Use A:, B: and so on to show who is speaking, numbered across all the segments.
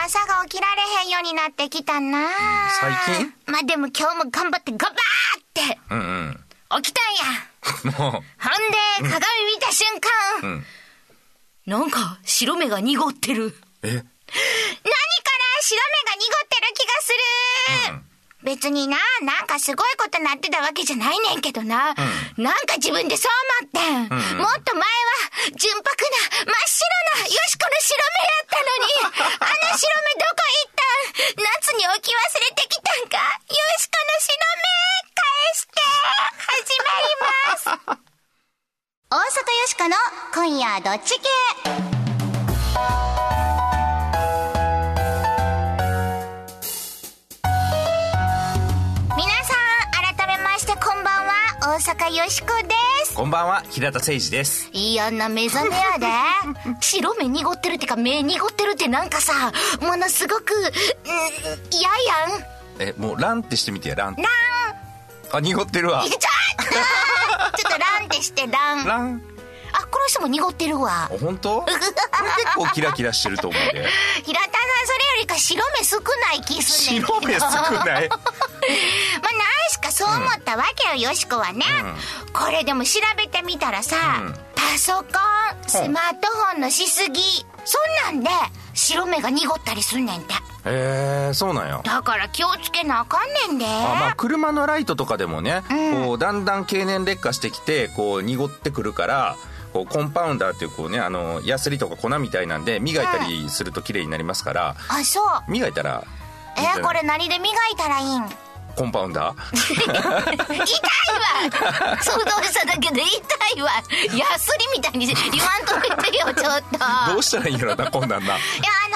A: ないようになってきたな
B: 最近
A: まあでも今日も頑張って頑張って
B: うんうん。
A: 起きたんや。
B: も
A: ほんで、鏡見た瞬
B: う、う
A: 間、
B: ん。
A: なんか白目が濁ってる。
B: え
A: 何から白目が濁ってる気がする、別にな、なんかすごいことなってたわけじゃないねんけどな。なんか自分でそう思ってん。もっと前は、純白な、真っ白な、よしこの白目やったのに、あの白目どこ行ったん夏に置き忘れてきたんかよしこの白目返して始まります大阪よしこの今夜どっち系皆さん改めましてこんばんは大阪よしこです
B: こんばんは、平田誠二です。
A: いいあんな目覚めやで 白目濁ってるってか目濁ってるってなんかさものすごくうん嫌やん
B: え、もう、ランってしてみてや、ラン。ランあ、濁って るわ
A: え。ちょっとちょっとランってしてランあ
B: ラン。
A: この人も濁ってる わ
B: あ本当結構キラキラしてると思 うで。
A: 平田さんそれよりか白目少ない気すんねんけど
B: 白目少 ない
A: まあ何しかそう思ったわけよ、よしこはね、これでも調べてみたらさ、
B: うん
A: パソコンスマートフォンのしすぎそんなんで白目が濁ったりすんねんて
B: えー、そうなんや。
A: だから気をつけなあかんねんで
B: あまあ、車のライトとかでもね、こうだんだん経年劣化してきてこう濁ってくるからこうコンパウンダーっていうこうねあのヤスリとか粉みたいなんで磨いたりすると綺麗になりますから、
A: あそう
B: 磨いたら
A: えーこれ何で磨いたらい いん
B: コンパウンダー
A: 痛いわ想像しただけで痛いわヤスリみたいに言わんといてよちょっと
B: どうしたらいいんやろなこんなんな
A: いや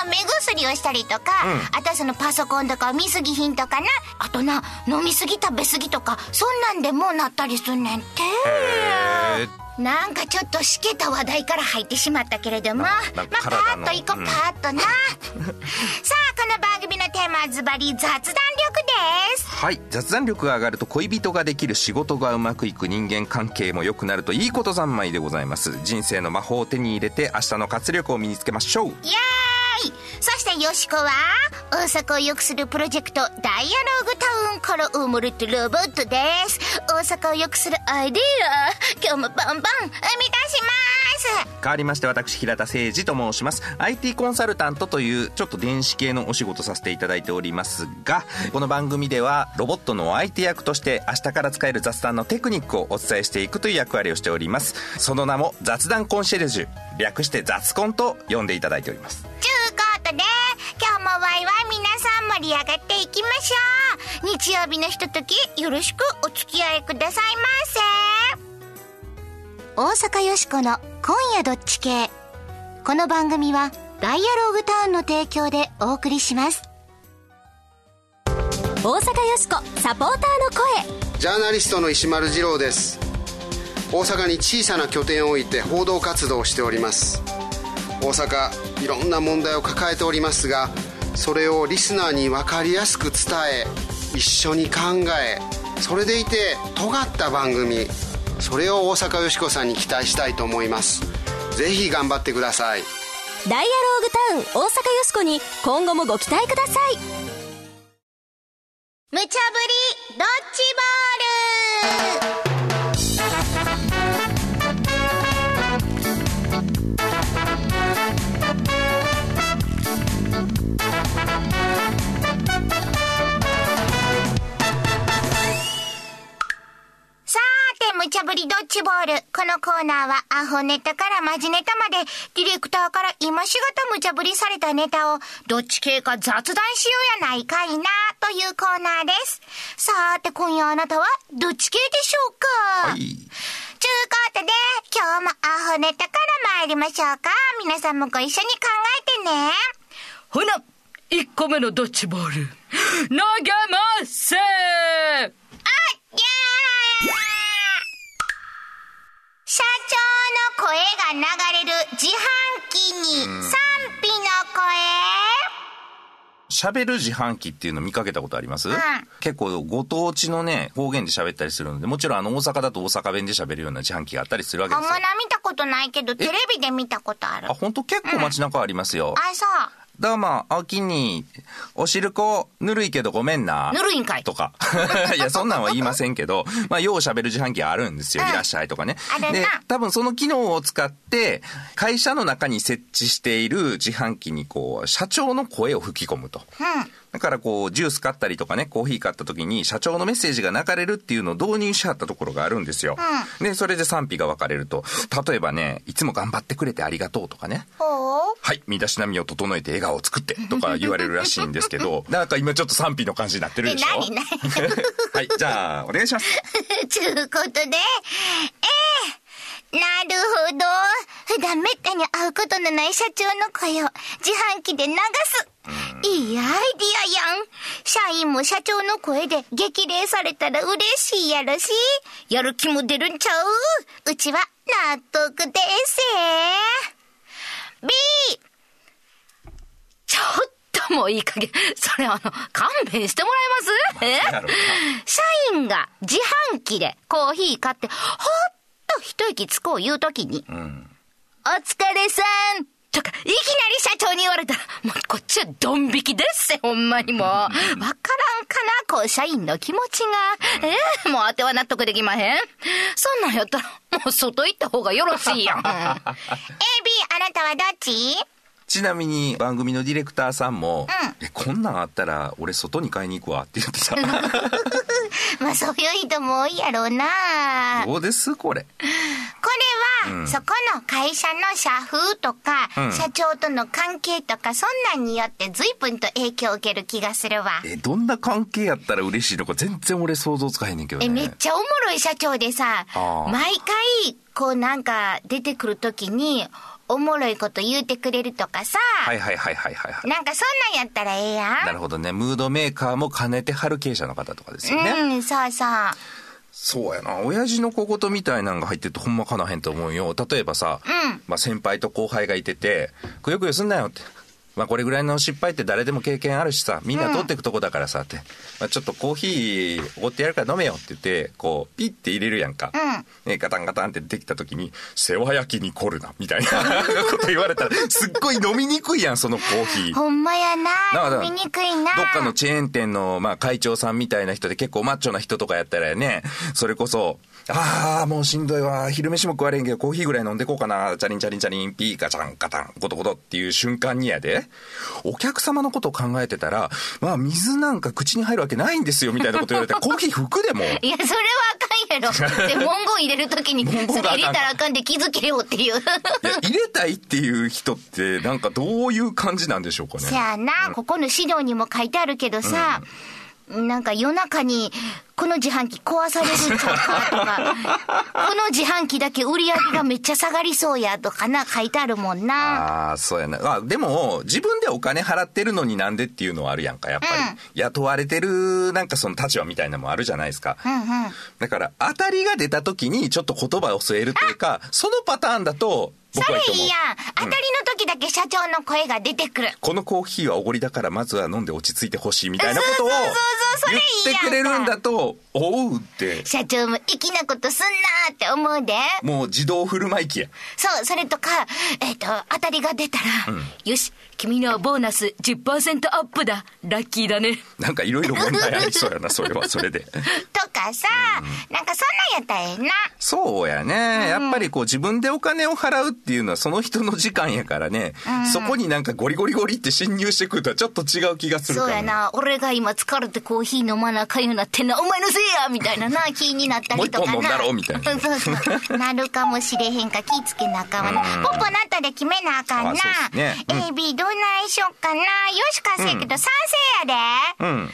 A: あの目薬をしたりとか、あとはそのパソコンとか見すぎ品とかなあとな飲みすぎ食べすぎとかそんなんでもうなったりすんねんて
B: へえ
A: なんかちょっとしけた話題から入ってしまったけれどもま
B: な
A: あパ
B: なんか体
A: ー
B: の
A: ッといこう、
B: うん
A: パーッ となさあこの番組のテーマはズバリ雑談力です
B: はい雑談力が上がると恋人ができる仕事がうまくいく人間関係も良くなるといいこと三昧でございます人生の魔法を手に入れて明日の活力を身につけましょう
A: イエーイそしてよしこは大阪を良くするプロジェクトダイアローグタウンから生まれたロボットです大阪を良くするアイディア今日もバンバン生み出します
B: 変わりまして私平田誠二と申します IT コンサルタントというちょっと電子系のお仕事させていただいておりますがこの番組ではロボットのお相手役として明日から使える雑談のテクニックをお伝えしていくという役割をしておりますその名も雑談コンシェルジュ略して雑コンと呼んでいただいております
A: ちゅうことで今日もワイワイ皆さん盛り上がっていきましょう日曜日のひとときよろしくお付き合いくださいませ大阪よしこの「今夜どっち系」この番組は「ダイアログタウン」の提供でお送りします
C: 大阪よしこサポーターの声
D: ジャーナリストの石丸次郎です大阪に小さな拠点を置いて報道活動をしております大阪いろんな問題を抱えておりますがそれをリスナーに分かりやすく伝え一緒に考えそれでいて尖った番組それを大阪よしこさんに期待したいと思いますぜひ頑張ってください
C: ダイアローグタウン大阪よしこに今後もご期待ください
A: 無茶ぶりドッジボールさーて、無茶ぶりドッジボール。このコーナーは、アホネタからマジネタまで、ディレクターから今しがた無茶ぶりされたネタを、どっち系か雑談しようやないかいな、というコーナーです。さーて、今夜あなたは、どっち系でしょうか
B: はい
A: ちゅうことで、今日もアホネタから参りましょうか。皆さんもご一緒に考えてね。
E: ほな、1個目のドッジボール、投げます
A: いやー社長の声が流れる自販機に賛否の声
B: 喋る自販機っていうの見かけたことあります、結構ご当地のね方言で喋ったりするのでもちろんあの大阪だと大阪弁で喋るような自販機があったりするわけ
A: あ
B: で
A: ん
B: す
A: ま
B: よ
A: な見たことないけど、テレビで見たことある。
B: あ
A: あ、
B: 本当結構街中ありますよ、
A: そう。
B: どうも、おきに。おしるこ、ぬるいけどごめんな。
E: ぬるいんかい
B: とか。 いや、そんなんは言いませんけど、まあ、よう喋る自販機あるんですよ。
A: うん
B: いらっしゃいとかね
A: ある。な
B: で、多分その機能を使って、会社の中に設置している自販機に、こう、社長の声を吹き込むと。
A: うん。
B: だからこう、ジュース買ったりとかね、コーヒー買った時に、社長のメッセージが流れるっていうのを導入しはったところがあるんですよ。で、それで賛否が分かれると、例えばね、いつも頑張ってくれてありがとうとかね。
A: ほう。
B: はい、身だしなみを整えて笑顔を作ってとか言われるらしいんです けど、なんか今ちょっと賛否の感じになってる
A: え、
B: でしょ
A: なになに
B: はい、じゃあ、お願いします。
A: ちゅうことで、ええなるほど。普段めったに会うことのない社長の声を自販機で流す。いいアイディアやん。社員も社長の声で激励されたら嬉しいやろし。やる気も出るんちゃううちは納得です。B!
E: ちょっともういい加減。それあの、勘弁してもらえ
B: まあそ
E: ま
B: うやろ
E: す
B: うな
E: え社員が自販機でコーヒー買って、ほっと一息つこう言うときに、
B: うん。
E: お疲れさんとか、いきなり社長に言われたら、もうこっちはドン引きですよ、ほんまにもう。わからんかな、こう、社員の気持ちが。ええもう当ては納得できまへん。そんなんやったら、もう外行った方がよろしい やん。
A: AB、あなたはどっち
B: ちなみに番組のディレクターさんも「
A: うん
B: えこんなんあったら俺外に買いに行くわ」って 言ってた
A: まあそういう人も多いやろうな。
B: どうですこれ
A: これは、そこの会社の社風とか、
B: うん
A: 社長との関係とか、そんなんによって随分と影響を受ける気がするわ。
B: えどんな関係やったら嬉しいのか全然俺想像つかへんねんけど
A: え、めっ
B: ね
A: ちゃおもろい社長でさ
B: あ、ー
A: 毎回、こうなんか出てくるときに、おもろいこと言うてくれるとかさ、
B: はいはいはいはいはいはい
A: なんかそんなんやったらええや
B: なるほどねムードメーカーも兼ねてはる経営者の方とかですよね、
A: ん。うん、そうそう。
B: そうやな親父の小言みたいなんが入っててほんまかなへんと思うよ例えばさ、
A: うん
B: まあ、先輩と後輩がいてて「くよくよすんなよ」って。まあこれぐらいの失敗って誰でも経験あるしさ、みんな取ってくとこだからさって、まあちょっとコーヒーおごってやるから飲めよって言って、こう、ピッて入れるやんか。ね、ガタンガタンってできた時に、世話焼きに凝るな、みたいな こと言われたら、すっごい飲みにくいやん、そのコーヒー。
A: ほんまや
B: なあ
A: な
B: なあ
A: 見にくいな
B: どっかのチェーン店の、まあ、会長さんみたいな人で結構マッチョな人とかやったらね、それこそ、ああ、もうしんどいわ。昼飯も食われへんけど、コーヒーぐらい飲んでこうかな。チャリンチャリンチャリン、ピーカチャンカタン、ゴトゴトっていう瞬間にやで、お客様のことを考えてたら、まあ、水なんか口に入るわけないんですよ、みたいなこと言われて、コーヒー服でもう。
E: いや、それはあかんやろ。で、文言入れるときに、そ
B: 文
E: れ
B: 言
E: 入れ
B: があかん
E: たらあかんで気づけよっていう。
B: いや入れたいっていう人って、なんかどういう感じなんでしょうかね。
A: せやな、ここの資料にも書いてあるけどさ、なんか夜中に、この自販機壊されるんちゃうかと か、この自販機だけ売り上げがめっちゃ下がりそうやとかな、書いてあるもんな。
B: ああ、そうやな。あ、でも、自分でお金払ってるのになんでっていうのはあるやんか、やっぱり。雇われてる、なんかその立場みたいなのもあるじゃないですか。
A: うんうん。
B: だから、当たりが出た時にちょっと言葉を添えるというか、そのパターンだと、
A: そ
B: 僕は
A: れ
B: いいと思
A: いういや。ん。当たりの時だけ社長の声が出てくる。
B: このコーヒーはおごりだから、まずは飲んで落ち着いてほしいみたいなことを
A: そうそうそうそうそれ
B: 言
A: いいや
B: っ
A: ん
B: て
A: か
B: くれるんだと、おうって、
A: 社長も粋なことすんなーって思うで。
B: もう自動振る舞い機や。
A: そう、それとか、えっ、と、当たりが出たら、
E: よし、君のボーナス10%アップだ。ラッキーだね。
B: なんかいろいろ問題ありそうやな、それはそれで。
A: とかさ、なんかそんなんやったらええな。
B: そうやね。やっぱりこう自分でお金を払うっていうのはその人の時間やからね。そこになんかゴリゴリゴリって侵入してくるとはちょっと違う気がするか
A: そ
B: ら、
A: う
B: ね。
A: やな、俺が今疲れてコーヒー飲まなあかんようになってんな、お前のせいやみたいな な、気になったりとかな。
B: もう一本飲んだろみたいな
A: そうそう。なるかもしれへんか気ぃつけなあかんわな。ポッポなったで決めなあかんな。
B: あそうですねうん
A: AB どうないしよっかな。よしかせやけど賛成やで。
B: ん
A: おもろ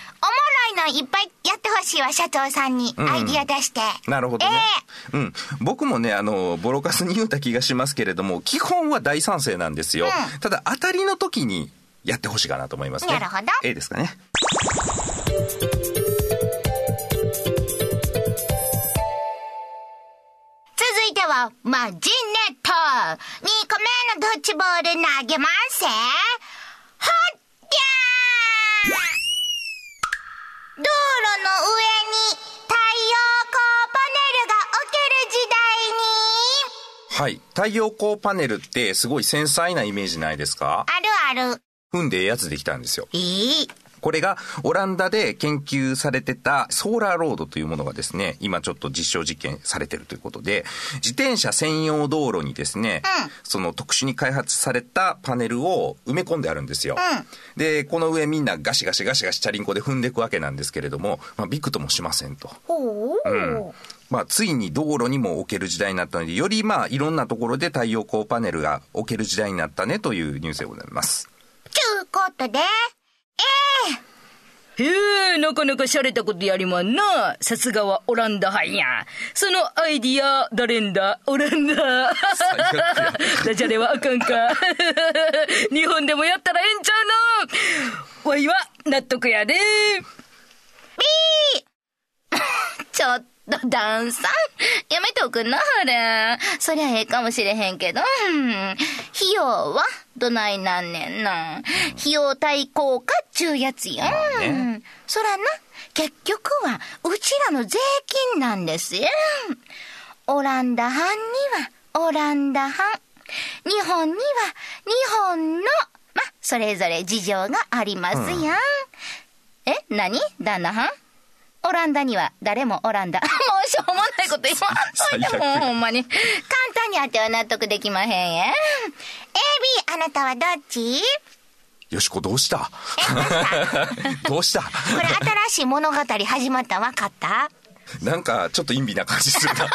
A: いのいっぱいやってほしいわ、社長さんに。アイディア出して。
B: なるほどね
A: ええ。
B: うん。僕もね、あの、ボロカスに言うた気がしますけれども、基本は大賛成なんですよ。
A: う
B: ただ、当たりの時にやってほしいかなと思いますね。
A: なるほど
B: ええですかね。
A: 続いては、マジネット !2 個目のドッジボール投げますほっきゃー道路の上に太陽光パネルが置ける時代に
B: はい。太陽光パネルってすごい繊細なイメージないですか
A: あるある。
B: 踏んでええやつできたんですよ。
A: いい。
B: これがオランダで研究されてたソーラーロードというものがですね、今ちょっと実証実験されてるということで、自転車専用道路にですね、その特殊に開発されたパネルを埋め込んであるんですよ。で、この上みんなガシガシガシガシチャリンコで踏んでいくわけなんですけれども、まあ、びくともしませんと。
A: ほう。
B: まあ、ついに道路にも置ける時代になったので、よりまあ、いろんなところで太陽光パネルが置ける時代になったねというニュースでございます。
A: ちゅうことで、
E: へえ、なかなか洒落たことやりまんな。さすがはオランダ派や。そのアイディア、誰んだオランダ。ダジャレはあかんか。日本でもやったらええんちゃうのわいは納得やで。ビーちょっと、ダンさん。やめとくな、はれ。そりゃええかもしれへんけど。うん費用はどないなんねんな。費用対効果っちゅうやつやん。
B: まあね
A: そらな、結局は、うちらの税金なんですよ。オランダ藩には、オランダ藩。日本には、日本の、ま、それぞれ事情がありますやん。え何旦那藩オランダには誰もオランダ。も うしょうもないこと言わんといて
B: 最
A: も
B: 悪
A: うほんまに。簡単にあっては納得できまへんえ。AB、あなたはどっち
B: よしこどうしたどうした
A: これ新しい物語始まったんわかった
B: なんかちょっと陰微な感じ するな。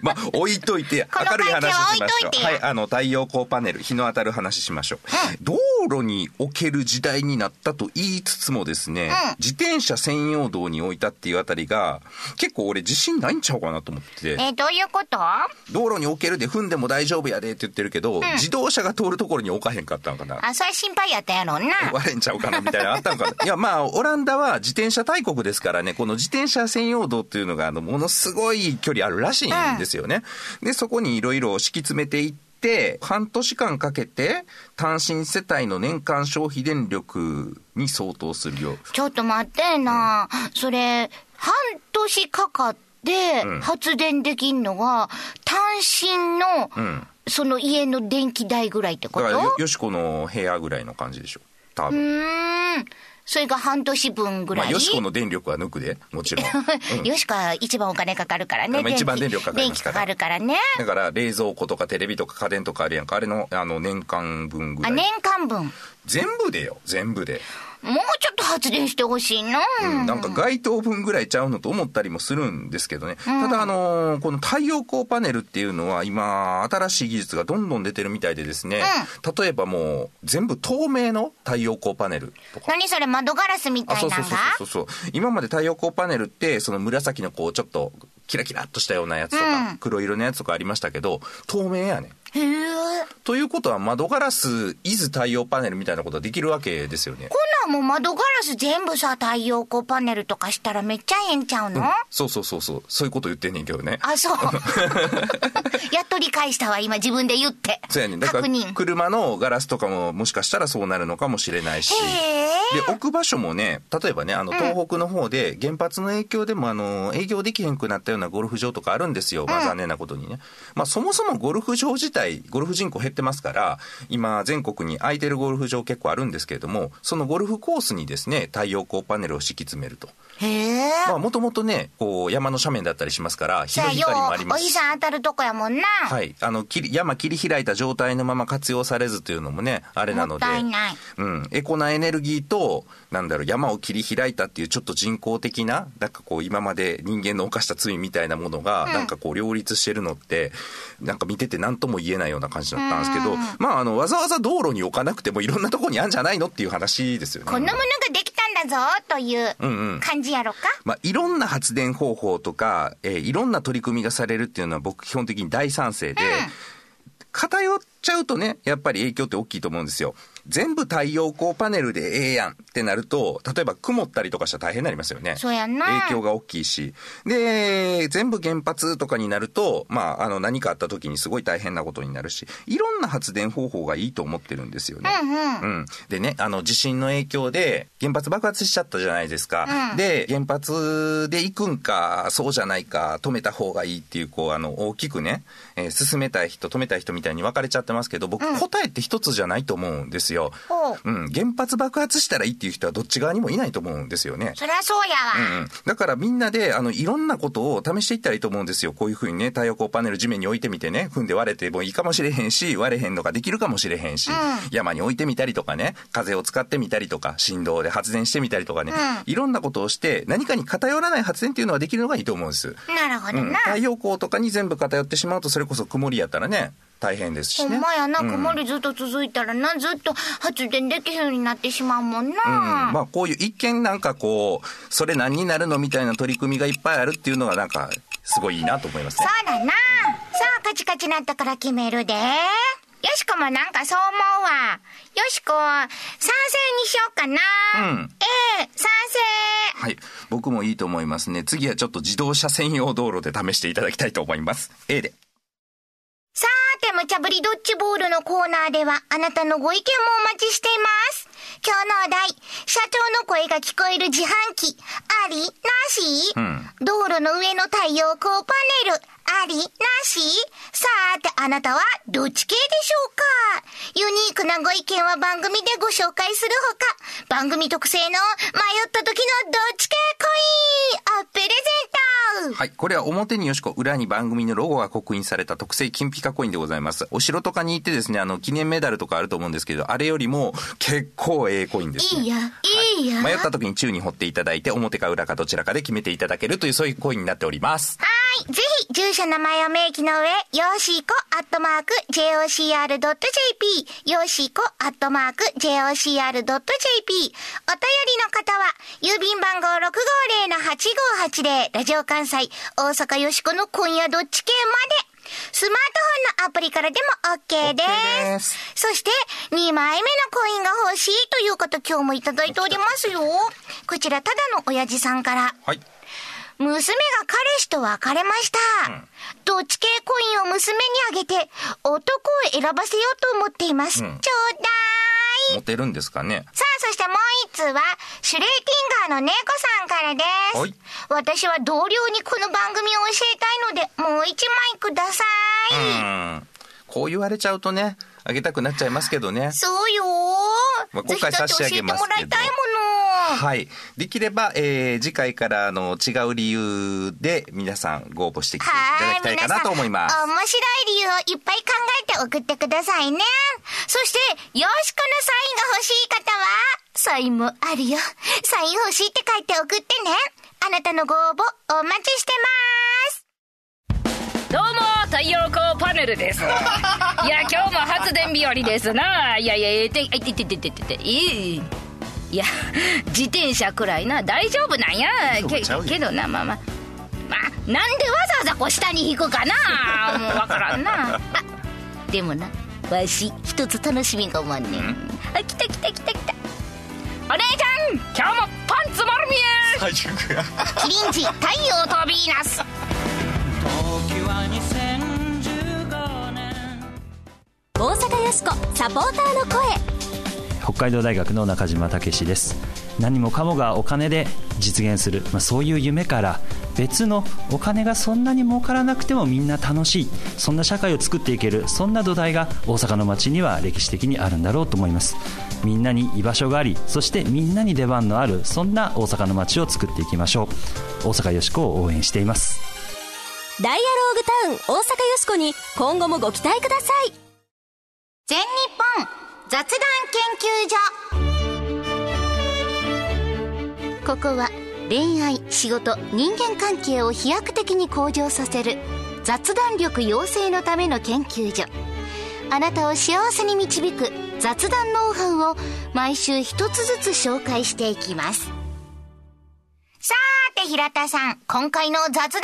B: まあ置いといて
A: この
B: 明るい話しま
A: 関
B: しょ。
A: 係は置いというて
B: はい、あの太陽光パネル日の当たる話しましょう。道路に置ける時代になったと言いつつもですね、自転車専用道に置いたっていうあたりが結構俺自信ないんちゃうかなと思ってて、
A: え、どういうことあ
B: 道路に置けるで踏んでも大丈夫やでって言ってるけど、自動車が通るところに置かへんかったのかな。、
A: それ心配やったんやろんな。
B: 割れんちゃうかなみたいなのあったのか な。いや、まあ、オランダは自転車大国ですからね、この自転車専用道っていうのが、あの、ものすごい距離あるらしいんですよね。で、そこにいろいろ敷き詰めていって、半年間かけて、単身世帯の年間消費電力に相当する量。
A: ちょっと待ってな。それ、半年かかって
B: ん
A: 発電できんのが、単身の、
B: ん
A: その家の電気代ぐらいってこ
B: だか
A: と
B: らよ、
A: う
B: よしこの部屋ぐらいの感じでしょ。多分。
A: ーん。それが半年分ぐ
B: ま
A: ら
B: あ、
A: い。
B: よしこの電力は抜くで、もちろん。
A: よしか一番お金かかるからね。
B: まあ一番電力かかり
A: 電
B: ま
A: 気
B: すか
A: からかるからね。
B: だから、冷蔵庫とかテレビとか家電とかあるやんか、あれの、あの、年間分ぐら
A: あ、
B: い。
A: 年間分。もう
B: 全部でよ、全部で。
A: ちょっと発電してほしいな。
B: うんなんか街灯分ぐらいちゃうのと思ったりもするんですけどね。ただあのーこの太陽光パネルっていうのは今、新しい技術がどんどん出てるみたいでですね、例えばもう全部透明の太陽光パネルとか。
A: 何それ窓ガラスみた
B: あ、
A: い
B: そ
A: うな
B: そう
A: の
B: そ
A: が
B: うそうそう。今まで太陽光パネルって、その紫のこう、ちょっと、キラキラっとしたようなやつとか、黒色のやつとかありましたけど、透明やね。
A: へえ。
B: ということは窓ガラス、イズ太陽パネルみたいなことができるわけですよね。
A: こんなんもう窓ガラス全部さ、太陽光パネルとかしたらめっちゃええんちゃうの、
B: そうそうそうそう。そういうこと言ってんねんけどね。
A: あ、 そう。やっと理解したわ、今自分で言って。
B: そうやねんだか
A: 確
B: ら、
A: 認。
B: 車のガラスとかももしかしたらそうなるのかもしれないし。
A: へえ。
B: で、置く場所もね、例えばね、あの、東北の方で、原発の影響でも、あの、営業できへんくなったようなゴルフ場とかあるんですよ。まあ、残念なことにね。まあ、そもそもゴルフ場自体、ゴルフ人口減ってますから、今、全国に空いてるゴルフ場結構あるんですけれども、そのゴルフコースにですね、太陽光パネルを敷き詰めると。
A: へえ。
B: まあ、もともとね、こう、山の斜面だったりしますから、日
A: さ
B: の
A: あ、よ
B: 光もあり
A: う、
B: ま
A: お
B: すし
A: 日さん当たるとこやもんな。
B: はい、あの切り山切り開いた状態のまま活用されずというのもねあれ
A: も
B: なの
A: っ
B: で
A: たいない。
B: うん、エコなエネルギーとなんだろう山を切り開いたっていうちょっと人工的ななんかこう今まで人間の犯した罪みたいなものが、なんかこう両立してるのってなんか見てて何とも言えないような感じだったんですけど、まああのわざわざ道路に置かなくてもいろんなとこにあるんじゃないのっていう話ですよね。
A: こんなものができたんだぞ、という
B: うんうん
A: 感じやろか。
B: まあ、いろんな発電方法とか、えーいろんな取り組みがされるっていうのは僕基本的に大賛成で、偏っちゃうとね、やっぱり影響って大きいと思うんですよ。全部太陽光パネルでええやんってなると、例えば曇ったりとかしたら大変になりますよね。
A: そうやな
B: 影響が大きいし。で、全部原発とかになると、まあ、あの何かあった時にすごい大変なことになるし、いろんな発電方法がいいと思ってるんですよね。うん、でね、あの地震の影響で原発爆発しちゃったじゃないですか。で、原発で行くんか、そうじゃないか、止めた方がいいっていう、こう、あの、大きくね、えー進めたい人、止めたい人みたいに分かれちゃってますけど、僕、答えって一つじゃないと思うんですですよ
A: ほう、
B: うん、原発爆発したらいいっていう人はどっち側にもいないと思うんですよね。
A: そりゃそうやわ。
B: うんだからみんなで、あの、いろんなことを試していったらいいと思うんですよ。こういうふうにね、太陽光パネル地面に置いてみてね、踏んで割れてもいいかもしれへんし、割れへんのができるかもしれへんし、山に置いてみたりとかね、風を使ってみたりとか、振動で発電してみたりとかね、いろんなことをして、何かに偏らない発電っていうのはできるのがいいと思うんです。
A: なるほ
B: う
A: ど
B: ん
A: な。
B: 太陽光とかに全部偏ってしまうと、それこそ曇りやったらね、大変ですし
A: ほ
B: ね。
A: んまやな、
B: うん
A: 曇りずっと続いたらな、ずっと発電できへんようになってしまうもんな。
B: うんまあこういう一見なんかこう、それ何になるのみたいな取り組みがいっぱいあるっていうのがなんか、すごいいいなと思います
A: そ
B: ね。
A: うだな。さあ、カチカチなったから決めるで。よしこもなんかそう思うわ。よしこ、賛成にしようかな。
B: うん
A: ええ賛成。
B: はい。僕もいいと思いますね。次はちょっと自動車専用道路で試していただきたいと思います。A で。
A: さーて、無茶ぶりドッジボールのコーナーでは、あなたのご意見もお待ちしています。今日のお題、社長の声が聞こえる自販機、あり、なし、
B: ん
A: 道路の上の太陽光パネル、あり、なしさーて、あなたはどっち系でしょうかユニークなご意見は番組でご紹介するほか、番組特製の迷った時のどっち系コインをプレゼント
B: はい。これは表によしこ、裏に番組のロゴが刻印された特製金ピカコインでございます。お城とかに行ってですね、あの、記念メダルとかあると思うんですけど、あれよりも結構 A コインです、ね。
A: いいや、いいや。
B: 迷った時に宙に掘っていただいて、表か裏かどちらかで決めていただけるという、そういうコインになっております。
A: はい。ぜひ、住所名前を明記の上、よーしーこ、アットマーク、jocr.jp、よーしーこ、アットマーク、jocr.jp。お便りの方は、郵便番号650-8580、ラジオ関西、大阪よしこの今夜どっち系まで、スマートフォンのアプリからでも OK です。
B: OK です
A: そして、2枚目のコインが欲しいという方、今日もいただいておりますよ。こちら、ただの親父さんから。
B: はい。
A: 娘が彼氏と別れました。どっち系コインを娘にあげて、男を選ばせようと思っています。
B: ん
A: ちょうだい。
B: 持てるんですかね。
A: さあ、そしてもう一通は、シュレーティンガーの猫さんからです。
B: はい
A: 私は同僚にこの番組を教えたいので、もう一枚くださ
B: う
A: い。
B: ん。こう言われちゃうとね、あげたくなっちゃいますけどね。
A: そうよ
B: まあ
A: ー。ぜ
B: 今
A: ひだっ
B: 回
A: て
B: 差し
A: 教え
B: 上
A: て
B: げ
A: も
B: ま
A: ら
B: すけ
A: い
B: ど
A: たいもの。
B: はい。できれば、えー、次回からあの違う理由で皆さんご応募してきていただきたいかなと思います。
A: はい皆さん面白い理由をいっぱい考えて送ってくださいね。そして、よしこのサインが欲しい方は、サインもあるよ。サイン欲しいって書いて送ってね。あなたのご応募お待ちしてます。
E: どうも太陽光パネルですいや今日も発電日和ですないやいやいやていていていていていいいや自転車くらいな大丈夫なんやけ
B: ちゃうよ
E: けどなまあまあまあなんでわざわざこう下に引くかなもうわからんなあでもなわし一つ楽しみがまんねんあ来た来た来た来たお姉ちゃん今日もパンツ丸見え
B: はい。
E: キリンジ太陽とビーナス
C: 大阪よしこサポーターの声
F: 北海道大学の中島武史です何もかもがお金で実現する、まあ、そういう夢から別のお金がそんなに儲からなくてもみんな楽しいそんな社会を作っていけるそんな土台が大阪の街には歴史的にあるんだろうと思いますみんなに居場所がありそしてみんなに出番のあるそんな大阪の街を作っていきましょう大阪よしこを応援しています
C: ダイアローグタウン大阪よしこに今後もご期待ください
A: 全日本雑談研究所ここは恋愛仕事人間関係を飛躍的に向上させる雑談力養成のための研究所あなたを幸せに導く雑談ノウハウを毎週一つずつ紹介していきますさーて平田さん今回の雑談ノウハウ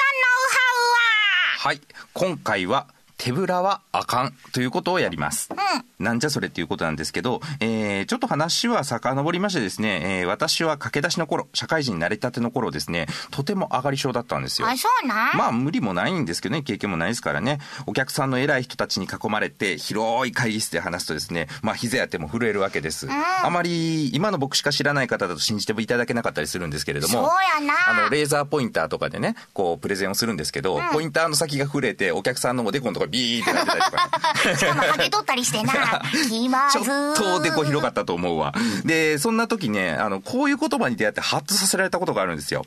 A: は
B: はい。今回は、手ぶらはあかんということをやります。なんじゃそれっていうことなんですけど、えー、ちょっと話は遡りましてですね、えー、私は駆け出しの頃、社会人になりたての頃ですね、とても上がり症だったんですよ。
A: あそうなん
B: まあ無理もないんですけどね、経験もないですからね。お客さんの偉い人たちに囲まれて、広い会議室で話すとですね、まあ膝や手も震えるわけです。あまり今の僕しか知らない方だと信じてもいただけなかったりするんですけれども。
A: そうやな
B: あの、レーザーポインターとかでね、こうプレゼンをするんですけど、ポインターの先が触れて、お客さんのおでこのとこビーってなってたりとか、
A: しかもハゲ取ったりして な気ま
B: ち
A: ず
B: ょ
A: ー
B: っとでこ広かったと思うわ。で、そんな時ね、あの、こういう言葉に出会ってハッとさせられたことがあるんですよ。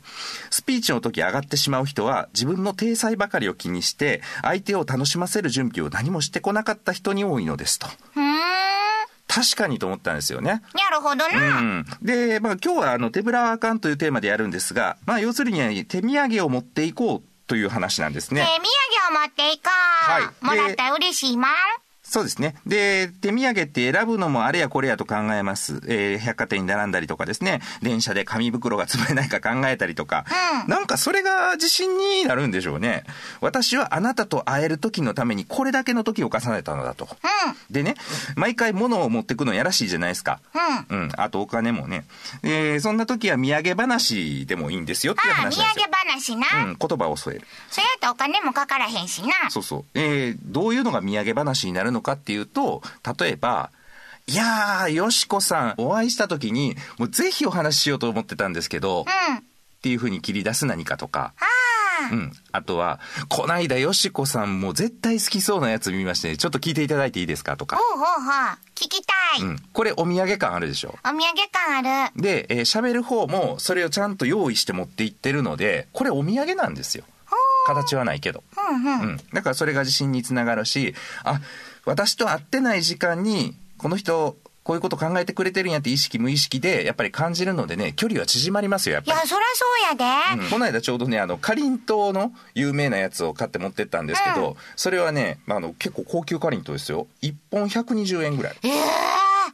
B: スピーチの時上がってしまう人は、自分の体裁ばかりを気にして、相手を楽しませる準備を何もしてこなかった人に多いのですと。
A: うーん
B: 確かにと思ったんですよね。
A: なるほど
B: う
A: な、
B: ん、で、まあ、今日はあの手ぶらはあかんというテーマでやるんですが、まあ、要するに手土産を持っていこうという話なんですね
A: 手。土産を持っていこう、
B: はいで
A: もらったら嬉しいもん
B: そうですね。で、手土産って選ぶのもあれやこれやと考えます。えー百貨店に並んだりとかですね、電車で紙袋が潰れないか考えたりとか、
A: うん
B: なんかそれが自信になるんでしょうね。私はあなたと会える時のためにこれだけの時を重ねたのだと。でね、毎回物を持ってくのやらしいじゃないですか。
A: うんうん
B: うん、あとお金もね。えーそんな時は土産話でもいいんですよっていう
A: ああ
B: 話
A: 土
B: なんですよ
A: 産。話な、
B: うん、言葉を添える。
A: それやとお金もかからへんしな
B: そうそう。えーどういうのが土産話になるのかっていうと、例えば、いやー、よしこさん、お会いした時に、もうぜひお話ししようと思ってたんですけど、
A: うん
B: っていう風に切り出す何かとか、
A: ああ
B: うん。あとは、こないだよしこさんもう絶対好きそうなやつ見まして、ちょっと聞いていただいていいですかとか、
A: ほうほうほう聞きたい、
B: うん。これお土産感あるでしょ。
A: お土産感ある
B: で、えー喋る方もそれをちゃんと用意して持っていってるので、これお土産なんですよ。形はないけど。
A: うんうん、
B: うん、だからそれが自信につながるしあ私と会ってない時間にこの人こういうこと考えてくれてるんやって意識無意識でやっぱり感じるのでね距離は縮まりますよやっ
A: い
B: ぱ
A: や
B: り。
A: そらそうやで、
B: うんこの間ちょうどねあのかりんとうの有名なやつを買って持ってったんですけど、それはね、まあ、あの結構高級かりんとうですよ1本120円ぐらい
A: え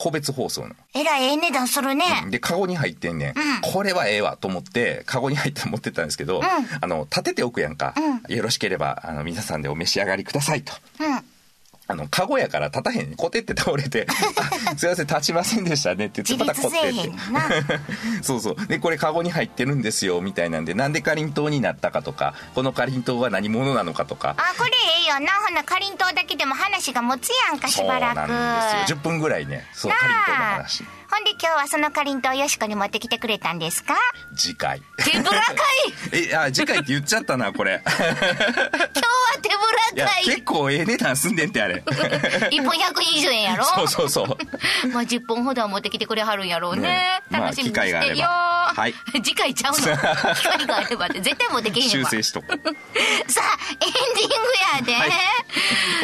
B: 個別包装の
A: ええらいええ値段するね、
B: でカゴに入ってんね、ん、これはええわと思ってカゴに入って持ってったんですけど、あの立てておくやんか、よろしければあの皆さんでお召し上がりくださいと
A: うん
B: あの、カゴやから立たへん、コテって倒 れて、あすいません、立ちませんでしたねって言っ
A: 自
B: て、また
A: 立
B: コ
A: せ
B: テ
A: え
B: っ
A: へ
B: て
A: ん。な
B: そうそう。で、これカゴに入ってるんですよ、みたいなんで、なんでかりんとうになったかとか、このかりんとうは何者なのかとか。
A: あこれええよなほなかりんとうだけでも話が持つやんかし
B: そう
A: ばらく
B: なんですよ。10分ぐらいね、そう、
A: な
B: かりんとうの
A: あ
B: 話。
A: ほんで今日はそのかりんとうよしこに持ってきてくれたんです か
B: 次回。
E: 手ぶ らかい
B: え、あ、次回って言っちゃったな、これ。
E: 今日は手
B: い
E: ぶら
B: や
E: か、い
B: 結構ええ値段すんでんって、あ れ。
E: 1本120円やろ
B: そうそうそう。
E: まあ10本ほどは持ってきてくれはるんやろうね
B: ねえ
E: 楽しみにしてるよ、
B: まあ機会があればはい
E: 次回ちゃう の機会があればって絶対持ってけへん
B: 修
E: わ
B: 正しとこう。
E: さあエンディングやで、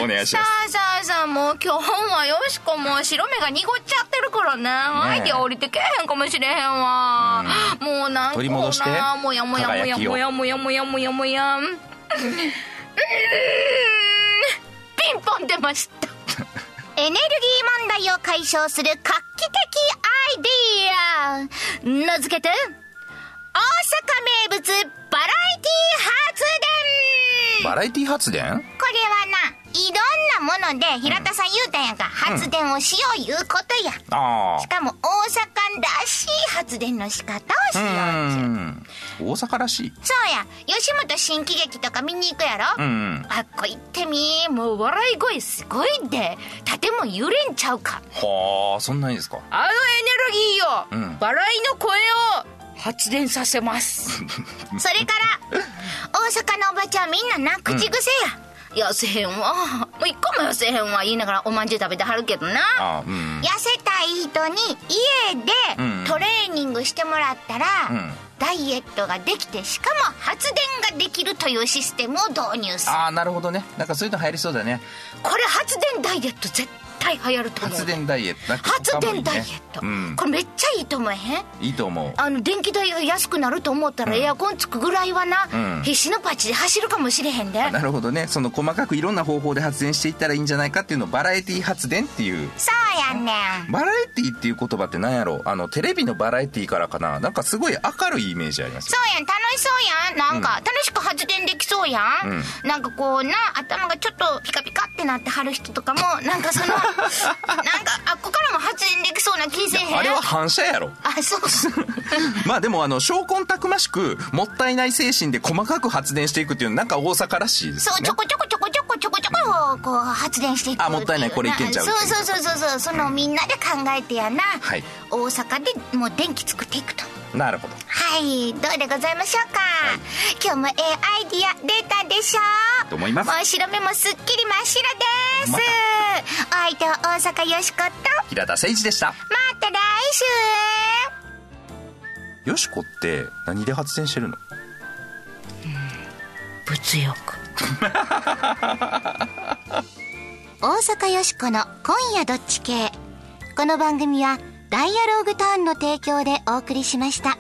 B: お願いし
E: さ
B: ます。
E: あさあさあもう今日はよしこも白目が濁っちゃってるからねアイディア降りてけへんかもしれへんわ、もうなんか
B: 取り戻して
E: なもやもやもやもやもやもやもやもやうんピンポン出ました
A: エネルギー問題を解消する画期的アイディア名付けて大阪名物バラエティ発電
B: バラエティ発電
A: これはないろんなもので平田さん言うたんやんか、発電をしよういうことや
B: ああ
A: し。かも大阪らしい発電の仕方をし
B: う
A: ようっちゅう
B: ーん大阪らしい
A: そうや吉本新喜劇とか見に行くやろ、
B: ん
A: あっこ行ってみもう笑い声すごいで建物揺れんちゃうか
B: はあそんなにですか
E: あのエネルギーを、
B: うん
E: 笑いの声を発電させます
A: それから、大阪のおばちゃんみんなな、口癖や。
E: 痩せへんわもう一個も痩せへんわ言いながらおまんじゅう食べてはるけどな
B: あーうん
A: 痩せたい人に家
B: うん
A: でトレーニングしてもらったら、
B: うん
A: ダイエットができて、しかも発電ができるというシステムを導入する。
B: ああなるほどねなんかそういうの入りそうだね
E: これ発電ダイエット絶対流行ると思う
B: 発電ダイエットなんか
E: 発
B: 他もいいね
E: 電ダイエッ
B: う
E: ト、
B: ん
E: これめっちゃいいと思えへん
B: いいと思う
E: あの電気代が安くなると思ったらエアコンつくぐらいはな、
B: うん
E: 必死のパッチで走るかもしれへんで
B: なるほどねその細かくいろんな方法で発電していったらいいんじゃないかっていうのをバラエティ発電っていう
A: そうやねん。
B: バラエティっていう言葉って何やろうあのテレビのバラエティからかななんかすごい明るいイメージありますよ
A: そうやん、楽しそうやん。なんか、楽しく発電できそうやん。なんかこうな、頭がちょっとピカピカってなってはる人とかも、なんかその、なんかあっこからも発電できそうな気せえへん。
B: あれは反射やろ
A: あ、そうか。
B: まあでもあの昇魂たくましくもったいない精神で細かく発電していくっていうのなんか大阪らしいです
A: そ
B: よ
A: う、
B: ね
A: ちょこちょこちょこちょこちょこちょこ、こう、発電していく
B: あもったいない
A: て
B: これいけんちゃう
A: そうそうそうそうそう、そのみんなで考えてやな。
B: はい
A: 大阪でもう電気作っていくと。
B: なるほど
A: はい、どうでございましょうか。今日もええアイディア出たでしょ
G: と思います
A: もう白目もすっきり真っ白です、
G: ま
A: お相手は大阪よしこと
G: 平田誠一でした
A: また来週
B: よしこって何で発電してるの
E: 物欲
A: 大阪よしこの「今夜どっち系」この番組は「ダイアローグターン」の提供でお送りしました。